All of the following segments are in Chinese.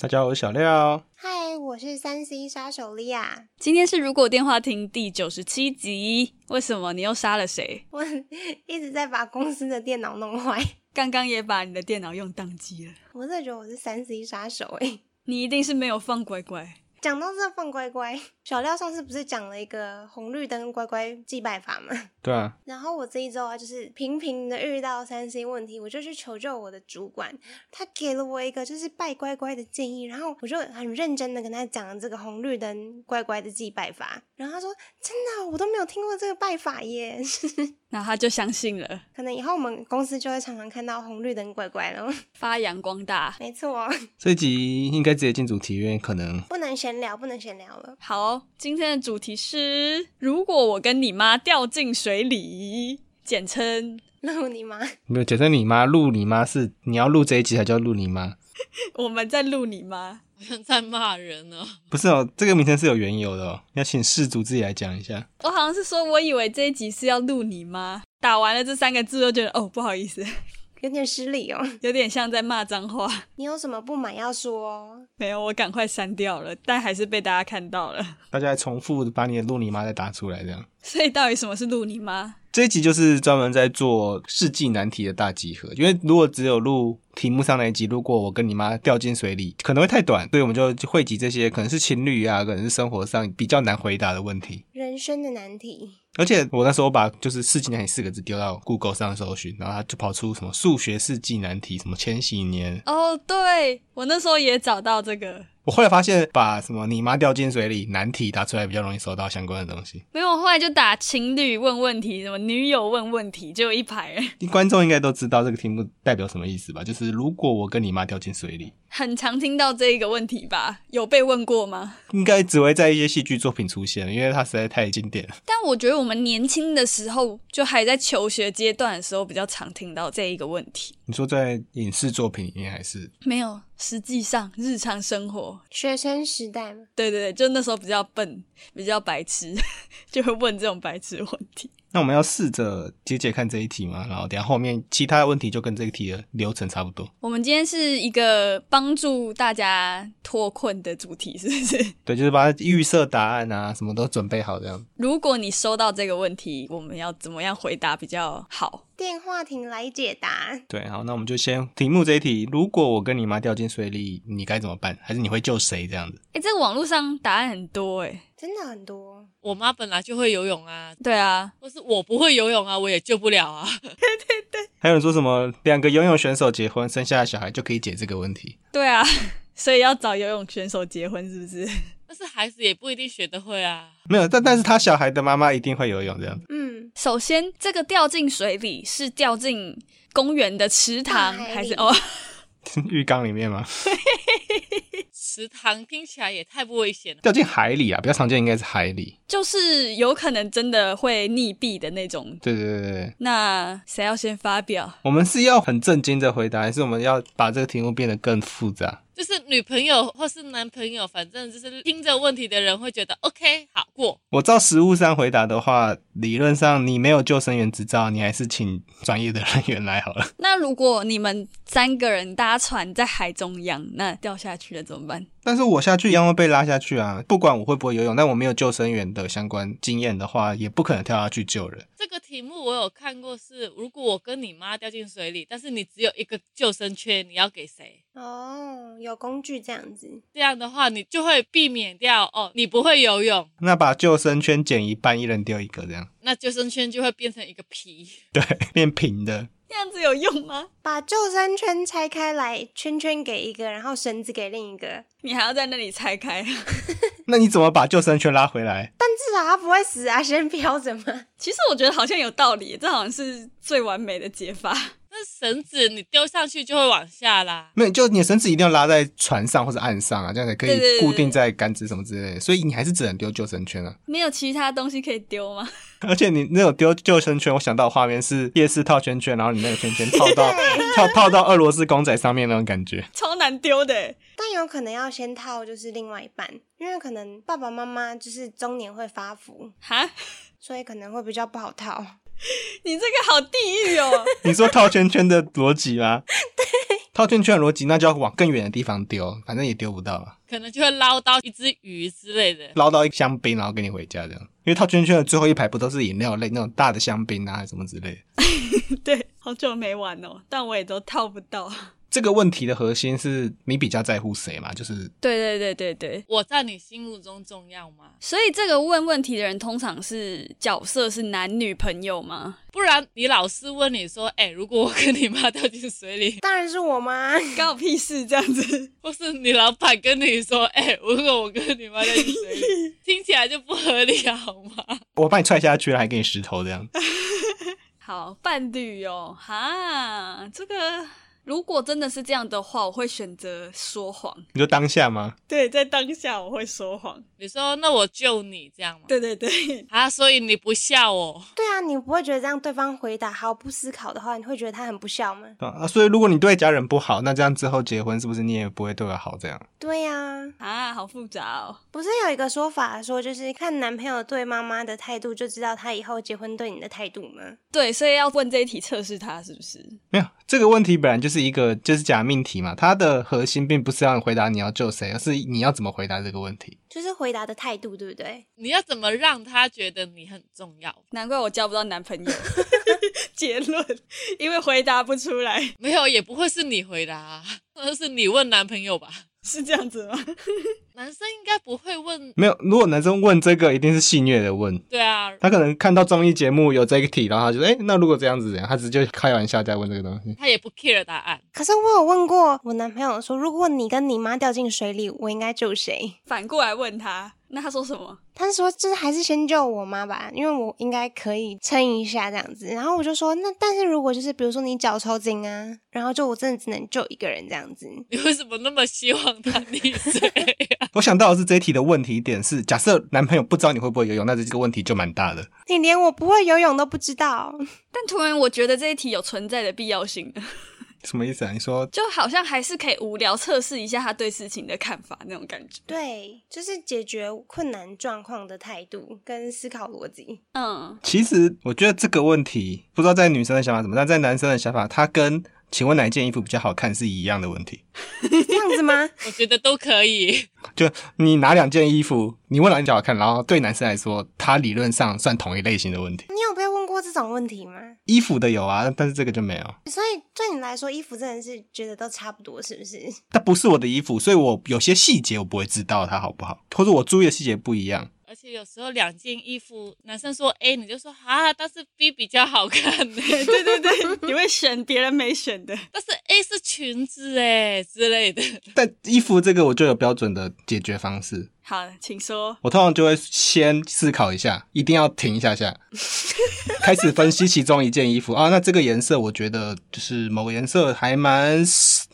大家好，我是小廖。嗨，我是三 C 杀手莉亚。今天是《如果电话亭》第九十七集。为什么你又杀了谁？我 一直在把公司的电脑弄坏，刚刚也把你的电脑用宕机了，我真的觉得我是三 C 杀手哎、你一定是没有放乖乖。讲到这放乖乖，小廖上次不是讲了一个红绿灯乖乖祭拜法吗？ 对啊，然后我这一周啊，就是频频的遇到三 C 问题，我就去求救我的主管，他给了我一个就是拜乖乖的建议，然后我就很认真的跟他讲了这个红绿灯乖乖的祭拜法，然后他说真的哦，我都没有听过这个拜法耶， 那他就相信了，可能以后我们公司就会常常看到红绿灯乖乖了。发扬光大。 没错，哦这一集应该直接进主题，因为可能不能闲聊，不能闲聊了。好，今天的主题是：如果我跟你妈掉进水里，简称 露你妈，没有。假设你妈录你妈是你要录这一集才叫录你妈，我们在录你妈。 好像在骂人哦。不是哦，这个名称是有缘由的哦，要请事主自己来讲一下。我好像是说，我以为这一集是要录你妈，打完了这三个字，就觉得哦，不好意思，有点失礼哦。有点像在骂脏话。你有什么不满要说哦？没有，我赶快删掉了，但还是被大家看到了。 大家来重复把你的录你妈再打出来，这样。所以到底什么是录你妈？这一集就是专门在做世纪难题的大集合，因为如果只有录题目上那一集，如果我跟你妈掉进水里，可能会太短，所以我们就汇集这些可能是情侣啊，可能是生活上比较难回答的问题。人生的难题。而且我那时候把就是世纪难题四个字丢到 Google 上搜寻，然后它就跑出什么数学世纪难题，什么千禧年。哦，对我那时候也找到这个，我后来发现，把什么你妈掉进水里难题打出来比较容易搜到相关的东西。没有，我后来就打情侣问问题，什么女友问问题，就有一排观众应该都知道这个题目代表什么意思吧？就是如果我跟你妈掉进水里， 很常听到这一个问题吧？有被问过吗？应该只会在一些戏剧作品出现，因为它实在太经典了。但我觉得我们年轻的时候，就还在求学阶段的时候，比较常听到这一个问题。你说在影视作品里面还是没有，实际上日常生活，学生时代嘛，对对对，就那时候比较笨，比较白痴， 就会问这种白痴问题。那我们要试着解解看这一题嘛，然后等一下后面其他的问题就跟这一题的流程差不多。我们今天是一个帮助大家脱困的主题，是不是？ 对，就是把预设答案啊，什么都准备好这样。如果你收到这个问题，我们要怎么样回答比较好？电话亭来解答。对，好，那我们就先题目这一题，如果我跟你妈掉进水里，你该怎么办？还是你会救谁这样子？诶，这网络上答案很多诶。真的很多，我妈本来就会游泳啊，对啊，或是我不会游泳啊，我也救不了啊。 还有人说什么两个游泳选手结婚生下小孩就可以解这个问题？对啊， 所以要找游泳选手结婚，是不是？但是孩子也不一定学得会啊。没有，但但是他小孩的妈妈一定会游泳这样子。嗯， 首先，这个掉进水里是掉进公园的池塘大海里还是哦？ 浴缸里面吗？池塘听起来也太不危险了。掉进海里啊，比较常见应该是海里。就是有可能真的会溺毙的那种。对对对对对，那谁要先发表？我们是要很震惊的回答，还是我们要把这个题目变得更复杂？就是女朋友或是男朋友，反正就是听着问题的人会觉得 OK 好过。我照实物上回答的话，理论上你没有救生员执照，你还是请专业的人员来好了。那如果你们三个人搭船在海中央，那掉下去了怎么办？但是我下去一样会被拉下去啊，不管我会不会游泳，但我没有救生员的相关经验的话，也不可能跳下去救人。这个题目我有看过是，如果我跟你妈掉进水里，但是你只有一个救生圈，你要给谁？哦，有工具这样子，这样的话，你就会避免掉哦，你不会游泳，那把救生圈减一半，一人丢一个，这样 那救生圈就会变成一个皮。变平的。那样子有用吗？ 把救生圈拆开来，圈圈给一个，然后绳子给另一个，你还要在那里拆开？ 那你怎么把救生圈拉回来？但至少他不会死啊，先飘着嘛。其实我觉得好像有道理，这好像是最完美的解法。 但是绳子你丢上去就会往下啦。没有，就你的绳子一定要拉在船上或者岸上啊，这样才可对以对对固定在杆子什么之类的。所以你还是只能丢救生圈啊。 没有其他东西可以丢吗？ 而且你那种丢救生圈，我想到的画面是夜市套圈圈，然后你那个圈圈套 到套套到俄罗斯公仔上面那种感觉。超难丢的欸，但有可能要先套就是另外一半，因为可能爸爸妈妈就是中年会发福，哈，所以可能会比较不好套。你这个好地狱哦！ 你说套圈圈的逻辑吗？套圈圈的逻辑，那就要往更远的地方丢，反正也丢不到了。可能就会捞到一只鱼之类的。捞到一箱冰，然后跟你回家这样。因为套圈圈的最后一排不都是饮料类那种大的香槟啊什么之类的。对，好久没玩哦，但我也都套不到。 这个问题的核心是你比较在乎谁嘛？就是对对对对对，我在你心目中重要吗？所以这个问问题的人通常是角色是男女朋友吗？ 不然你老师问你说，哎、如果我跟你妈掉进水里，当然是我妈，关我屁事这样子。或是你老板跟你说，哎、如果我跟你妈掉进水里，听起来就不合理啊好吗？我把你踹下去了，还给你石头这样。 好，伴侣哦，哈，这个如果真的是这样的话，我会选择说谎。你说当下吗？对，在当下我会说谎。你说那我救你这样吗？对对对， 啊，所以你不笑哦我， 对啊，你不会觉得让对方回答毫不思考的话，你会觉得他很不孝吗？对啊，所以如果你对家人不好，那这样之后结婚是不是你也不会对我好这样？对呀、啊，好复杂哦。不是有一个说法说，就是看男朋友对妈妈的态度，就知道他以后结婚对你的态度吗？对，所以要问这一题测试他是不是？没有这个问题本来就是一个就是假命题嘛，它的核心并不是让你回答你要救谁，而是你要怎么回答这个问题。就是回答的态度，对不对？你要怎么让他觉得你很重要？难怪我交不到男朋友。 结论，因为回答不出来， 没有，也不会是你回答、啊，那是你问男朋友吧？是这样子吗？男生应该不会问，没有，如果男生问这个，一定是戏谑的问。对啊，他可能看到综艺节目有这个题，然后他就哎、诶那如果这样子怎样？他只是就开玩笑在问这个 东西。他也不 care 答案。可是我有问过我男朋友说，如果你跟你妈掉进水里，我应该救谁？反过来问他，那他说什么？他说：“就是还是先救我妈吧，因为我应该可以撑一下这样子。”然后我就说：“那但是如果就是比如说你脚抽筋啊，然后就我真的只能救一个人这样子。你为什么那么希望他溺水、啊？ 我想到的是这一题的问题点是，假设男朋友不知道你会不会游泳，那这个问题就蛮大的。你连我不会游泳都不知道，但突然我觉得这一题有存在的必要性， 什么意思啊？你说就好像还是可以无聊测试一下他对事情的看法那种感觉。 对，就是解决困难状况的态度跟思考逻 辑。嗯，其实我觉得这个问题，不知道在女生的想法怎么，但在男生的想法，它跟请问哪一件衣服比较好看是一样的问题。这样子吗？我觉得都可以。就你哪两件衣服，你问哪一件好看，然后对男生来说，它理论上算同一类型的问题。你有被问过这种问题吗？衣服的有啊，但是这个就没有。所以对你来说，衣服真的是觉得都差不多，是不是？它不是我的衣服，所以我有些细节我不会知道它好不好，或者我注意的细节不一样。而且有时候两件衣服，男生说 A，你就说啊，但是 B 比较好看呢、对对对，你会选别人没选的。但是 A 是裙子哎之类的。但衣服这个我就有标准的解决方式，好，请说。我通常就会先思考一下，一定要停一下下，开始分析其中一件衣服啊。那这个颜色，我觉得就是某个颜色还蛮，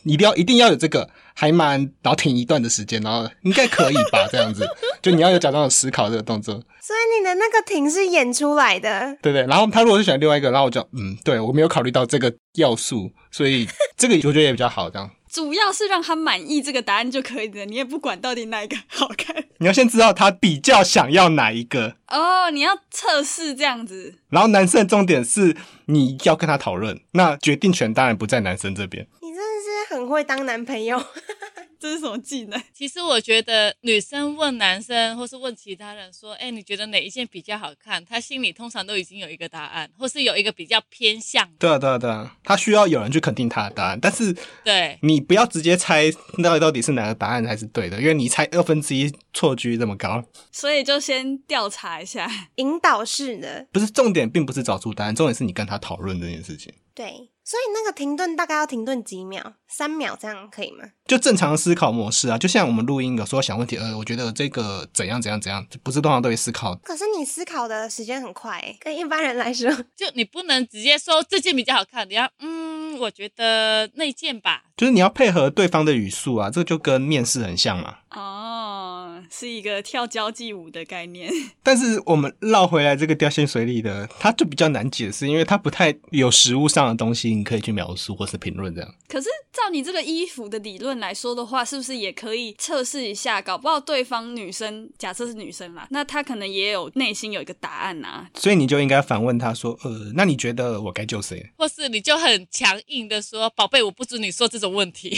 一定要一定要有这个，还蛮，然后停一段的时间，然后应该可以吧？这样子，就你要有假装有思考这个动作，所以你的那个停是演出来的，对不对？然后他如果是选另外一个，然后我就嗯，对我没有考虑到这个要素，所以这个我觉得也比较好。这样，主要是让他满意这个答案就可以了，你也不管到底哪一个好看你要先知道他比较想要哪一个。哦。你要测试这样子，然后男生的重点是你要跟他讨论，那决定权当然不在男生这边。你真的是很会当男朋友。 这是什么技能？其实我觉得女生问男生或是问其他人说，哎，你觉得哪一件比较好看？他心里通常都已经有一个答案，或是有一个比较偏向。对啊，对啊，对啊，他需要有人去肯定他的答案，但是对，你不要直接猜到底到底是哪个答案才是对的，因为你猜二分之一错居这么高，所以就先调查一下。引导式的，不是重点，并不是找出答案，重点是你跟他讨论这件事情。对。所以那个停顿大概要停顿几秒，三秒这样可以吗？就正常思考模式啊，就像我们录音有时候想问题，呃，我觉得这个怎样怎样怎样，不是通常都会思考。可是你思考的时间很快欸、跟一般人来说，就你不能直接说这件比较好看，你要嗯，嗯，我觉得内建吧，就是你要配合对方的语速啊，这就跟面试很像嘛。哦，是一个跳交际舞的概念。但是我们绕回来这个掉进水里的，它就比较难解释，因为它不太有实物上的东西，你可以去描述或是评论这样。可是照你这个衣服的理论来说的话，是不是也可以测试一下？搞不好对方女生，假设是女生啦，那她可能也有内心有一个答案呐、啊。所以你就应该反问他说：“呃，那你觉得我该救谁或是你就很强硬的说：“宝贝，我不准你说这种问题，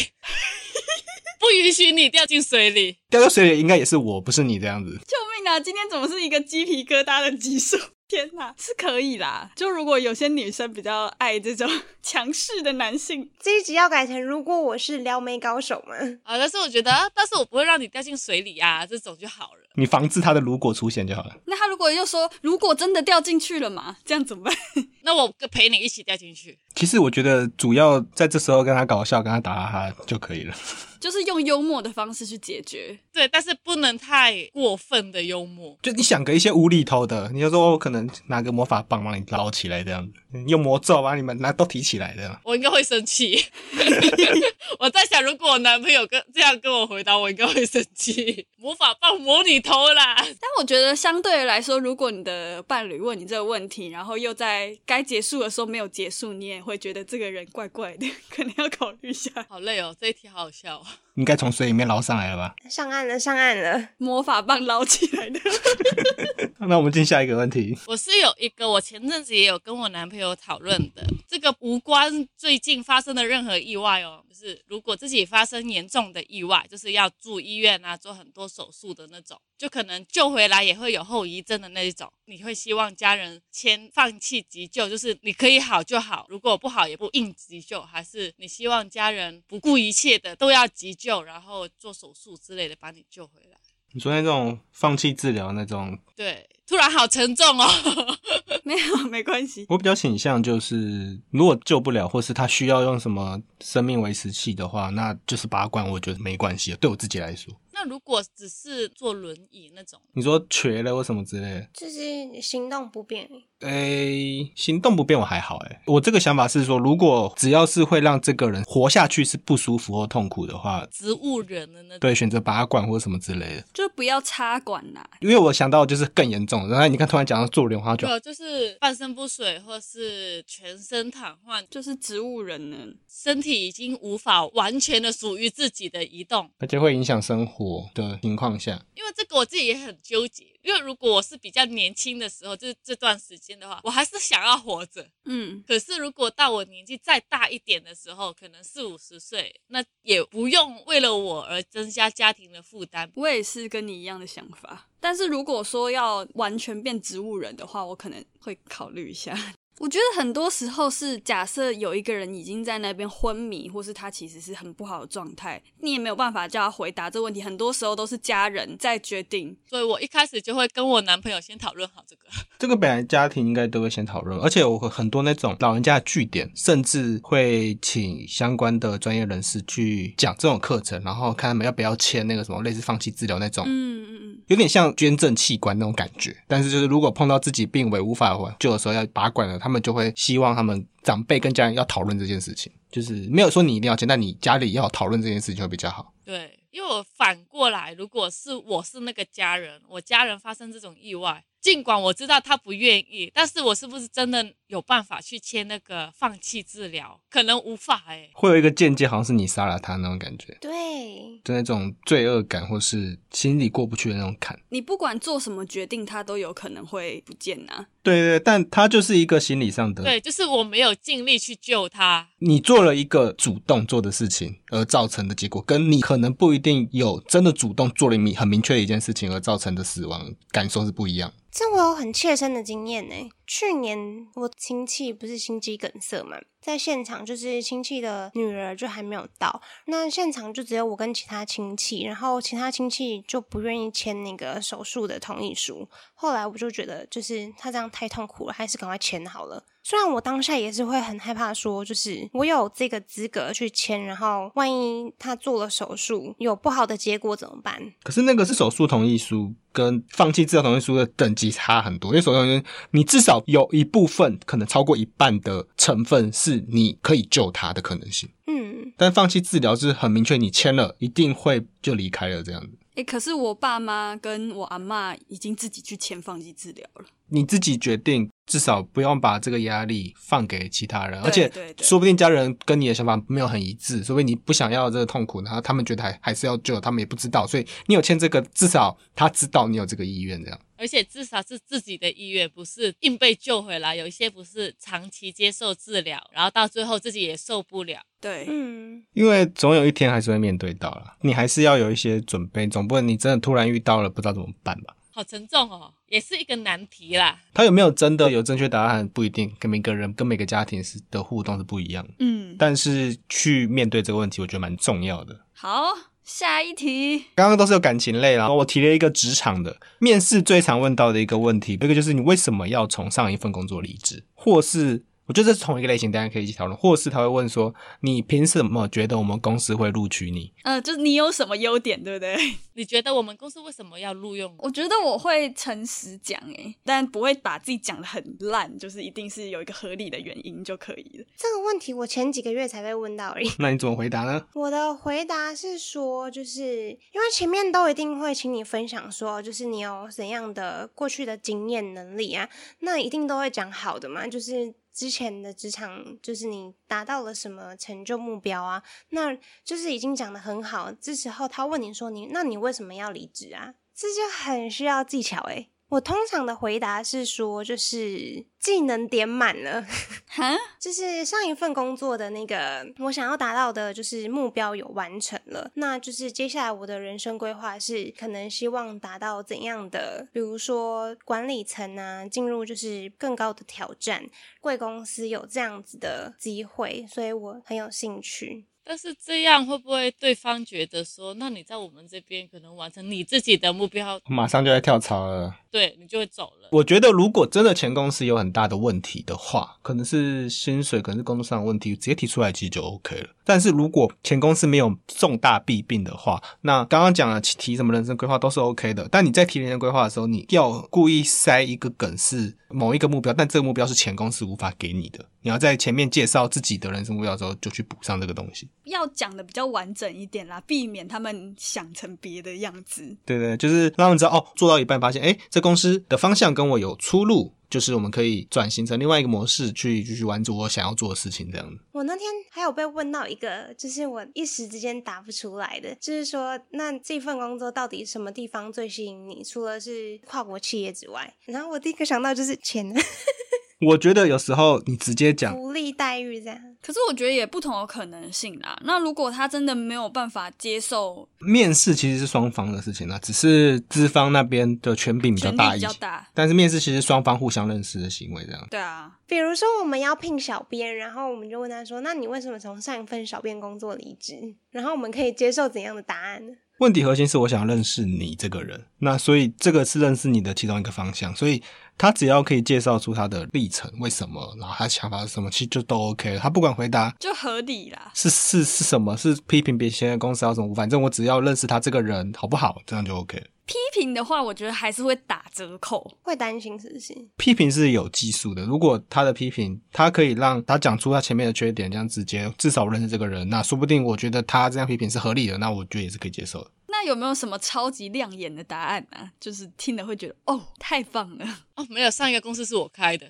不允许你掉进水里。”？”掉到水里应该也是我，不是你这样子。救命啊！今天怎么是一个鸡皮疙瘩的集数？ 天哪，是可以啦。就如果有些女生比较爱这种 强势的男性，这一集要改成如果我是撩妹高手吗？啊，但是我觉得，啊但是我不会让你掉进水里啊，这种就好了。你防治他的如果出现就好了。那他如果又说如果真的掉进去了嘛，这样怎么办？ 那我陪你一起掉进去。其实我觉得主要在这时候跟他搞笑，跟他打哈哈就可以了。就是用幽默的方式去解决。对，但是不能太过分的幽默。就你想个一些无厘头的，你就说我可能拿个魔法棒帮你捞起来这样子，用魔咒把你们拿都提起来这样。我应该会生气。 我在想，如果我男朋友跟这样跟我回答，我应该会生气。 魔法棒魔你头啦！但我觉得相对来说，如果你的伴侣问你这个问题，然后又在该结束的时候没有结束，你也会觉得这个人怪怪的， 可能要考虑一下。好累哦，这一题好好笑、哦。应该从水里面捞上来了吧？ 上岸了，上岸了，魔法棒捞起来的， 那我们进下一个问题。我是有一个，我前阵子也有跟我男朋友讨论的，这个无关最近发生的任何意外哦，就是如果自己发生严重的意外，就是要住医院啊，做很多手术的那种，就可能救回来也会有后遗症的那一种。你会希望家人先放弃急救，就是你可以好就好，如果不好也不硬急救，还是你希望家人不顾一切的都要急救，然后做手术之类的把你救回来？你说那种放弃治疗那种，对，突然好沉重哦。没有没关系。我比较倾向就是，如果救不了，或是他需要用什么生命维持器的话，那就是拔罐，我觉得没关系。对我自己来说，那如果只是坐轮椅那种，你说瘸了或什么之类的，就是行动不便。欸诶、哎行动不便我还好诶、我这个想法是说，如果只要是会让这个人活下去是不舒服或痛苦的话，植物人的那种，对，选择拔管或什么之类的。就不要插管啦、因为我想到就是更严重的，然后你看突然讲到做莲花卷没，有就是半身不遂或是全身瘫痪，就是植物人呢，身体已经无法完全的属于自己的移动。而且会影响生活的情况下，因为这个我自己也很纠结，因为如果我是比较年轻的时候，就是这段时间的话，我还是想要活着。嗯，可是如果到我年纪再大一点的时候，可能四五十岁，那也不用为了我而增加家庭的负担。我也是跟你一样的想法。但是如果说要完全变植物人的话，我可能会考虑一下。 我觉得很多时候是假设有一个人已经在那边昏迷，或是他其实是很不好的状态，你也没有办法叫他回答这问题。很多时候都是家人在决定。所以我一开始就会跟我男朋友先讨论好这个。这个本来家庭应该都会先讨论，而且我很多那种老人家的据点，甚至会请相关的专业人士去讲这种课程，然后看他们要不要签那个什么类似放弃治疗那种。嗯嗯嗯，有点像捐赠器官那种感觉，但是就是如果碰到自己病危无法救的时候要拔管了，他们就会希望他们长辈跟家人要讨论这件事情，就是没有说你一定要签，但你家里要讨论这件事情会比较好。对，因为我反过来，如果是我是那个家人，我家人发生这种意外，尽管我知道他不愿意，但是我是不是真的有办法去签那个放弃治疗？可能无法哎、会有一个间接好像是你杀了他那种感觉，对，就那种罪恶感或是心里过不去的那种坎。你不管做什么决定，他都有可能会不见啊呐、对对，但他就是一个心理上的，对，就是我没有尽力去救他。你做了一个主动做的事情而造成的结果，跟你可能不一定有真的主动做了明很明确的一件事情而造成的死亡感受是不一样。这我有很切身的经验呢。去年我亲戚不是心肌梗塞嘛，在现场就是亲戚的女儿就还没有到，那现场就只有我跟其他亲戚，然后其他亲戚就不愿意签那个手术的同意书。后来我就觉得，就是他这样太痛苦了，还是赶快签好了。虽然我当下也是会很害怕说，就是我有这个资格去签，然后万一他做了手术有不好的结果怎么办？可是那个是手术同意书跟放弃治疗同意书的等级差很多，因为手术同意书你至少道有一部分可能超过一半的成分是你可以救他的可能性，嗯，但放弃治疗是很明确，你签了一定会就离开了这样子。诶，可是我爸妈跟我阿嬷已经自己去签放弃治疗了。你自己决定，至少不用把这个压力放给其他人，对而且对对说不定家人跟你的想法没有很一致，所以你不想要这个痛苦，然后他们觉得还还是要救，他们也不知道，所以你有签这个，至少他知道你有这个意愿，这样而且至少是自己的意愿，不是硬被救回来。有一些不是长期接受治疗，然后到最后自己也受不了。对，嗯，因为总有一天还是会面对到啦，你还是要有一些准备，总不能你真的突然遇到了不知道怎么办吧？好沉重哦，也是一个难题啦。他有没有真的有正确答案不一定，跟每个人跟每个家庭是的互动是不一样的，嗯，但是去面对这个问题，我觉得蛮重要的。好，下一题。刚刚都是有感情类啦，然后我提了一个职场的面试最常问到的一个问题，一个就是你为什么要从上一份工作离职，或是我觉得这是同一个类型，大家可以一起讨论，或是他会问说你凭什么觉得我们公司会录取你？呃，就是你有什么优点，对不对？ 你觉得我们公司为什么要录用我？我觉得我会诚实讲，诶，但不会把自己讲的很烂，就是一定是有一个合理的原因就可以了。这个问题我前几个月才被问到而已。 那你怎么回答呢？我的回答是说，就是因为前面都一定会请你分享说，就是你有怎样的过去的经验能力啊，那一定都会讲好的嘛，就是之前的职场，就是你达到了什么成就目标啊，那就是已经讲的很好。这时候他问你说你，那你为什么要离职啊？这就很需要技巧诶、欸我通常的回答是说，就是技能点满了，哈，就是上一份工作的那个我想要达到的，就是目标有完成了，那就是接下来我的人生规划是可能希望达到怎样的，比如说管理层啊，进入就是更高的挑战。贵公司有这样子的机会，所以我很有兴趣。但是这样会不会对方觉得说，那你在我们这边可能完成你自己的目标，马上就要跳槽了。对你就会走了？我觉得如果真的前公司有很大的问题的话，可能是薪水，可能是工作上的问题，直接提出来其实就 OK 了。但是如果前公司没有重大弊病的话，那刚刚讲了提什么人生规划都是 OK 的。但你在提人生规划的时候，你要故意塞一个梗是某一个目标，但这个目标是前公司无法给你的。你要在前面介绍自己的人生目标的时候，就去补上这个东西。要讲的比较完整一点啦，避免他们想成别的样子。对对，就是让他们知道哦，做到一半发现，哎，这公司的方向跟我有出入，就是我们可以转型成另外一个模式，去继续完成我想要做的事情，这样子。我那天还有被问到一个，就是我一时之间答不出来的，就是说，那这份工作到底什么地方最吸引你？除了是跨国企业之外，然后我第一个想到就是钱、我觉得有时候你直接讲，福利待遇这样。可是我觉得也不同的可能性啦。那如果他真的没有办法接受，面试其实是双方的事情啦，啊只是资方那边的权柄比较权力大一比较，些大，但是面试其实双方互相认识的行为这样。对啊，比如说我们要聘小编，然后我们就问他说：“那你为什么从上一份小编工作离职？”然后我们可以接受怎样的答案呢？问题核心是我想认识你这个人，那所以这个是认识你的其中一个方向，所以他只要可以介绍出他的历程，为什么，然后他想法是什么，其实就都 OK 了。他不管回答就合理啦。是是是什么？是批评别人公司要怎么？反正我只要认识他这个人好不好，这样就 OK 了。批评的话，我觉得还是会打折扣。会担心是不是？批评是有技术的，如果他的批评，他可以让他讲出他前面的缺点，这样直接至少我认识这个人，那说不定我觉得他这样批评是合理的，那我觉得也是可以接受的。那有没有什么超级亮眼的答案啊？就是听了会觉得哦，太棒了！哦，没有，上一个公司是我开的，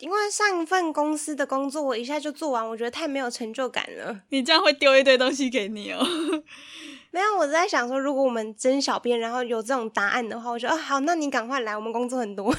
因为上一份公司的工作我一下就做完，我觉得太没有成就感了。你这样会丢一堆东西给你哦。没有，我在想说，如果我们真小编，然后有这种答案的话，我觉得哦好，那你赶快来，我们工作很多。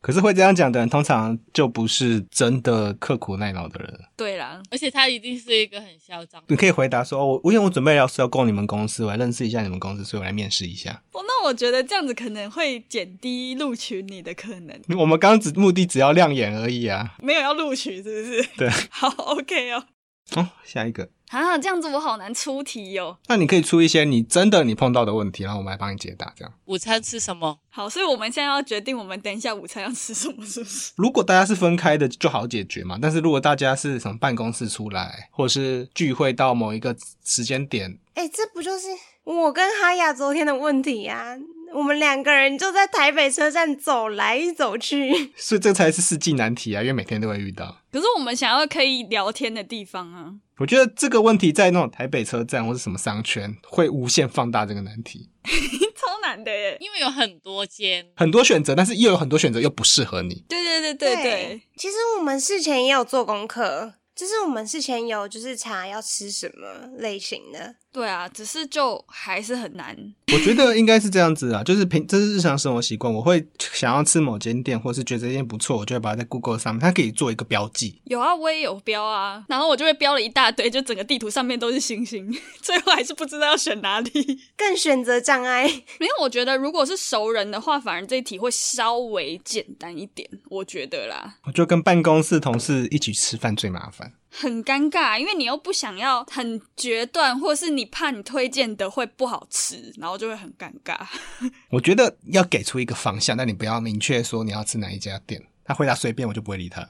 可是会这样讲的人，通常就不是真的刻苦耐劳的人。 对啦，而且他一定是一个很嚣张。你可以回答说：“哦，我我因为我准备要是要供你们公司，我来认识一下你们公司，所以我来面试一下。哦，那我觉得这样子可能会减低录取你的可能，我们刚刚只目的只要亮眼而已啊。没有要录取是不是？对， 好，OK 哦。”哦，下一个，啊，这样子我好难出题哦。那你可以出一些你真的你碰到的问题，然后我们来帮你解答。这样，午餐吃什么？好，所以我们现在要决定我们等一下午餐要吃什么，是不 是？如果大家是分开的，就好解决嘛。但是如果大家是从办公室出来，或者是聚会到某一个时间点，哎、这不就是我跟哈雅昨天的问题啊？我们两个人就在台北车站走来走去。所以这才是世纪难题啊，因为每天都会遇到。可是我们想要可以聊天的地方啊，我觉得这个问题在那种台北车站或是什么商圈会无限放大这个难题，超难的耶。因为有很多间，很多选择，但是又有很多选择又不适合你。对对对对对，其实我们事前也有做功课，就是我们事前有就是查要吃什么类型的。对啊，只是就还是很难。我觉得应该是这样子啊，就是平这是日常生活习惯，我会想要吃某间店，或是觉得这间不错，我就会把它在 Google 上面，它可以做一个标记。有啊，我也有标啊， 然后我就会标了一大堆，就整个地图上面都是星星， 最后还是不知道要选哪里。更选择障碍， 没有，我觉得如果是熟人的话，反而这一题会稍微简单一点，我觉得啦，我就跟办公室同事一起吃饭最麻烦。很尴尬，啊因为你又不想要很决断，或是你怕你推荐的会不好吃，然后就会很尴尬。 我觉得要给出一个方向，但你不要明确说你要吃哪一家店。他回答随便，我就不会理他。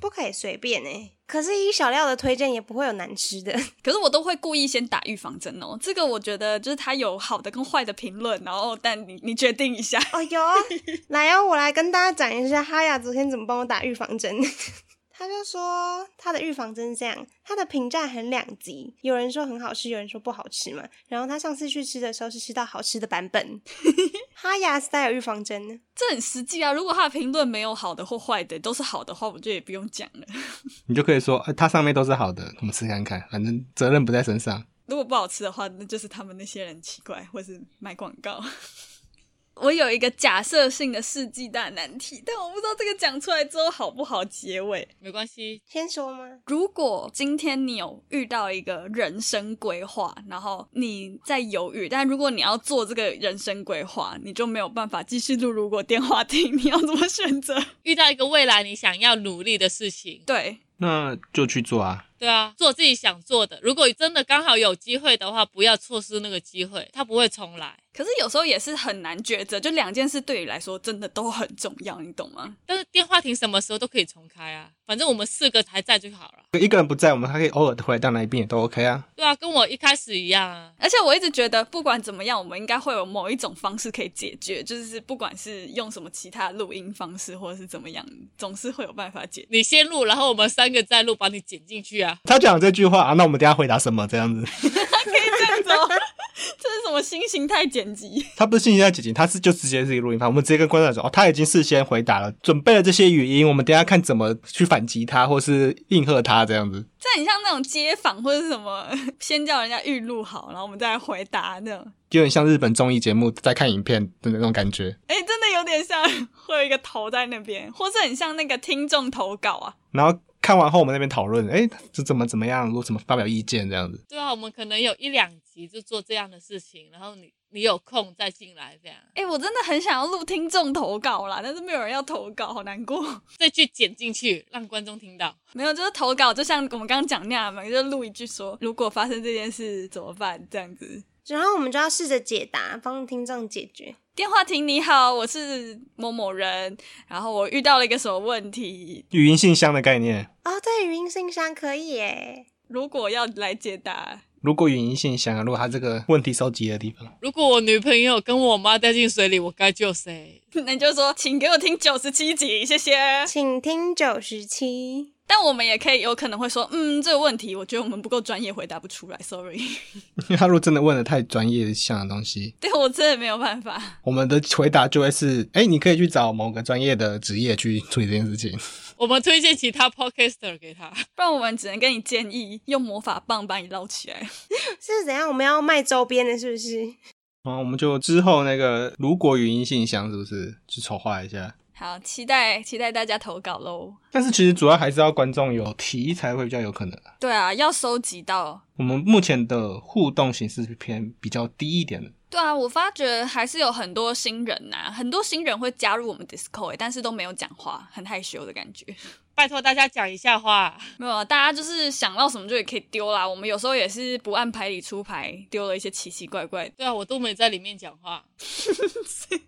不可以随便哎、可是，以小料的推荐，也不会有难吃的。可是我都会故意先打预防针哦，这个我觉得就是它有好的跟坏的评论，然后但你你决定一下。 哦，有啊， 来哦，我来跟大家讲一下哈雅昨天怎么帮我打预防针。 他就说他的预防针是这样，他的评价很两极，有人说很好吃，有人说不好吃嘛。然后他上次去吃的时候是吃到好吃的版 本，哈雅 style 预防针呢？这很实际啊！如果他的评论没有好的或坏的，都是好的话，我就也不用讲了。你就可以说，呃它上面都是好的，我们吃看看，反正责任不在身上。如果不好吃的话，那就是他们那些人奇怪，或是卖广告。 我有一个假设性的世纪大难题，但我不知道这个讲出来之后好不好结尾。没关系，先说吗？如果今天你有遇到一个人生规划，然后你在犹豫，但如果你要做这个人生规划，你就没有办法继续录如果电话亭， 你要怎么选择？遇到一个未来你想要努力的事情，对，那就去做啊。对啊，做自己想做的。如果真的刚好有机会的话，不要错失那个机会，它不会重来。可是有时候也是很难抉择，就两件事对你来说真的都很重要，你懂吗？但是电话亭什么时候都可以重开啊，反正我们四个还在就好了。一个人不在，我们还可以偶尔回来到那一边也都 OK 啊。对啊，跟我一开始一样啊。而且我一直觉得，不管怎么样，我们应该会有某一种方式可以解决，就是不管是用什么其他录音方式，或者是怎么样，总是会有办法 解决。你先录，然后我们三个再录，把你剪进去啊。他讲这句话啊，那我们等一下回答什么这样子？ 这样子哦，这是什么新形态剪辑？他不是信息在解禁，他是就直接是一个录音盘，我们直接跟观众讲说，哦，他已经事先回答了，准备了这些语音，我们等一下看怎么去反击他，或是应和他这样子。这很像那种街访或者是什么，先叫人家预录好，然后我们再来回答那种。有点像日本综艺节目在看影片的那种感觉。哎、真的有点像，会有一个头在那边，或是很像那个听众投稿啊。然后看完后，我们那边讨论，哎，这怎么怎么样，如果怎么发表意见这样子。对啊，我们可能有一两集就做这样的事情，然后你你有空再进来这样，哎、我真的很想要录听众投稿啦，但是没有人要投稿，好难过。这句剪进去，让观众听到。没有，就是投稿，就像我们刚刚讲那样嘛，就录一句说，如果发生这件事怎么办这样子。然后我们就要试着解答，帮听众解决。电话亭，你好，我是某某人，然后我遇到了一个什么问题，语音信箱的概念，哦，对，语音信箱可以耶。如果要来解答， 如果语音信箱啊，如果他这个问题收集的地方， 如果我女朋友跟我妈掉进水里，我该救谁？那你就说，请给我听九十七集，谢啊谢。请听九十七。但我们也可以有可能会说，嗯，这个问题我觉得我们不够专业，回答不出来，sorry。 因为他如果真的问的太专业项的东西，对我真的没有办法，我们的回答就会是，哎，你可以去找某个专业的职业去处理这件事情。我们推荐其他 podcaster 给她。不然我们只能跟你建议用魔法棒把你捞起来。是怎样？我们要卖周边的，是不是？然哦后我们就之后那个如果语音信箱是不是去筹划一下？好，期待期待大家投稿喽。但是其实主要还是要观众有提才会比较有可能啊。对啊，要收集到。我们目前的互动形式是偏比较低一点的，对啊，我发觉还是有很多新人呐、很多新人会加入我们 Discord，欸但是都没有讲话，很害羞的感觉。 拜托大家讲一下话。没有啊，大家就是想到什么就也可以丢啦。我们有时候也是不按牌理出牌，丢了一些奇奇怪怪的。对啊，我都没在里面讲话。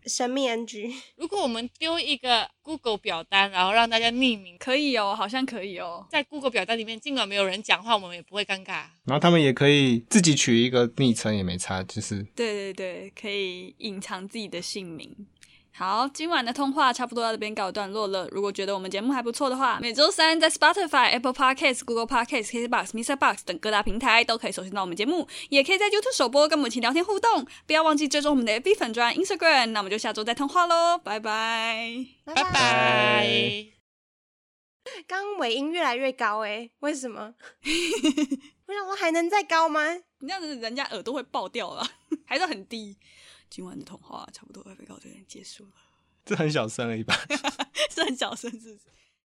神秘 NG，如果我们丢一个 Google 表单，然后让大家匿名，可以哦，好像可以哦。在 Google 表单里面，尽管没有人讲话，我们也不会尴尬。然后他们也可以自己取一个昵称也没差，就是对对对，可以隐藏自己的姓名。好，今晚的通话差不多到这边告一段落了。如果觉得我们节目还不错的话，每周三在 Spotify、Apple Podcasts、Google Podcasts、KKBox、Mr. Box 等各大平台都可以收听到我们节目，也可以在 YouTube 首播跟我们一起聊天互动。不要忘记追踪我们的 FB 粉专 Instagram。那我们就下周再通话喽，拜拜。拜拜拜。刚刚尾音越来越高哎、为什么？ 我想说还能再高吗？你这样子人家耳朵会爆掉了， 还是很低。今晚的通话差不多要被告这边结束了， 这很小声而已吧。是很小声，是不是？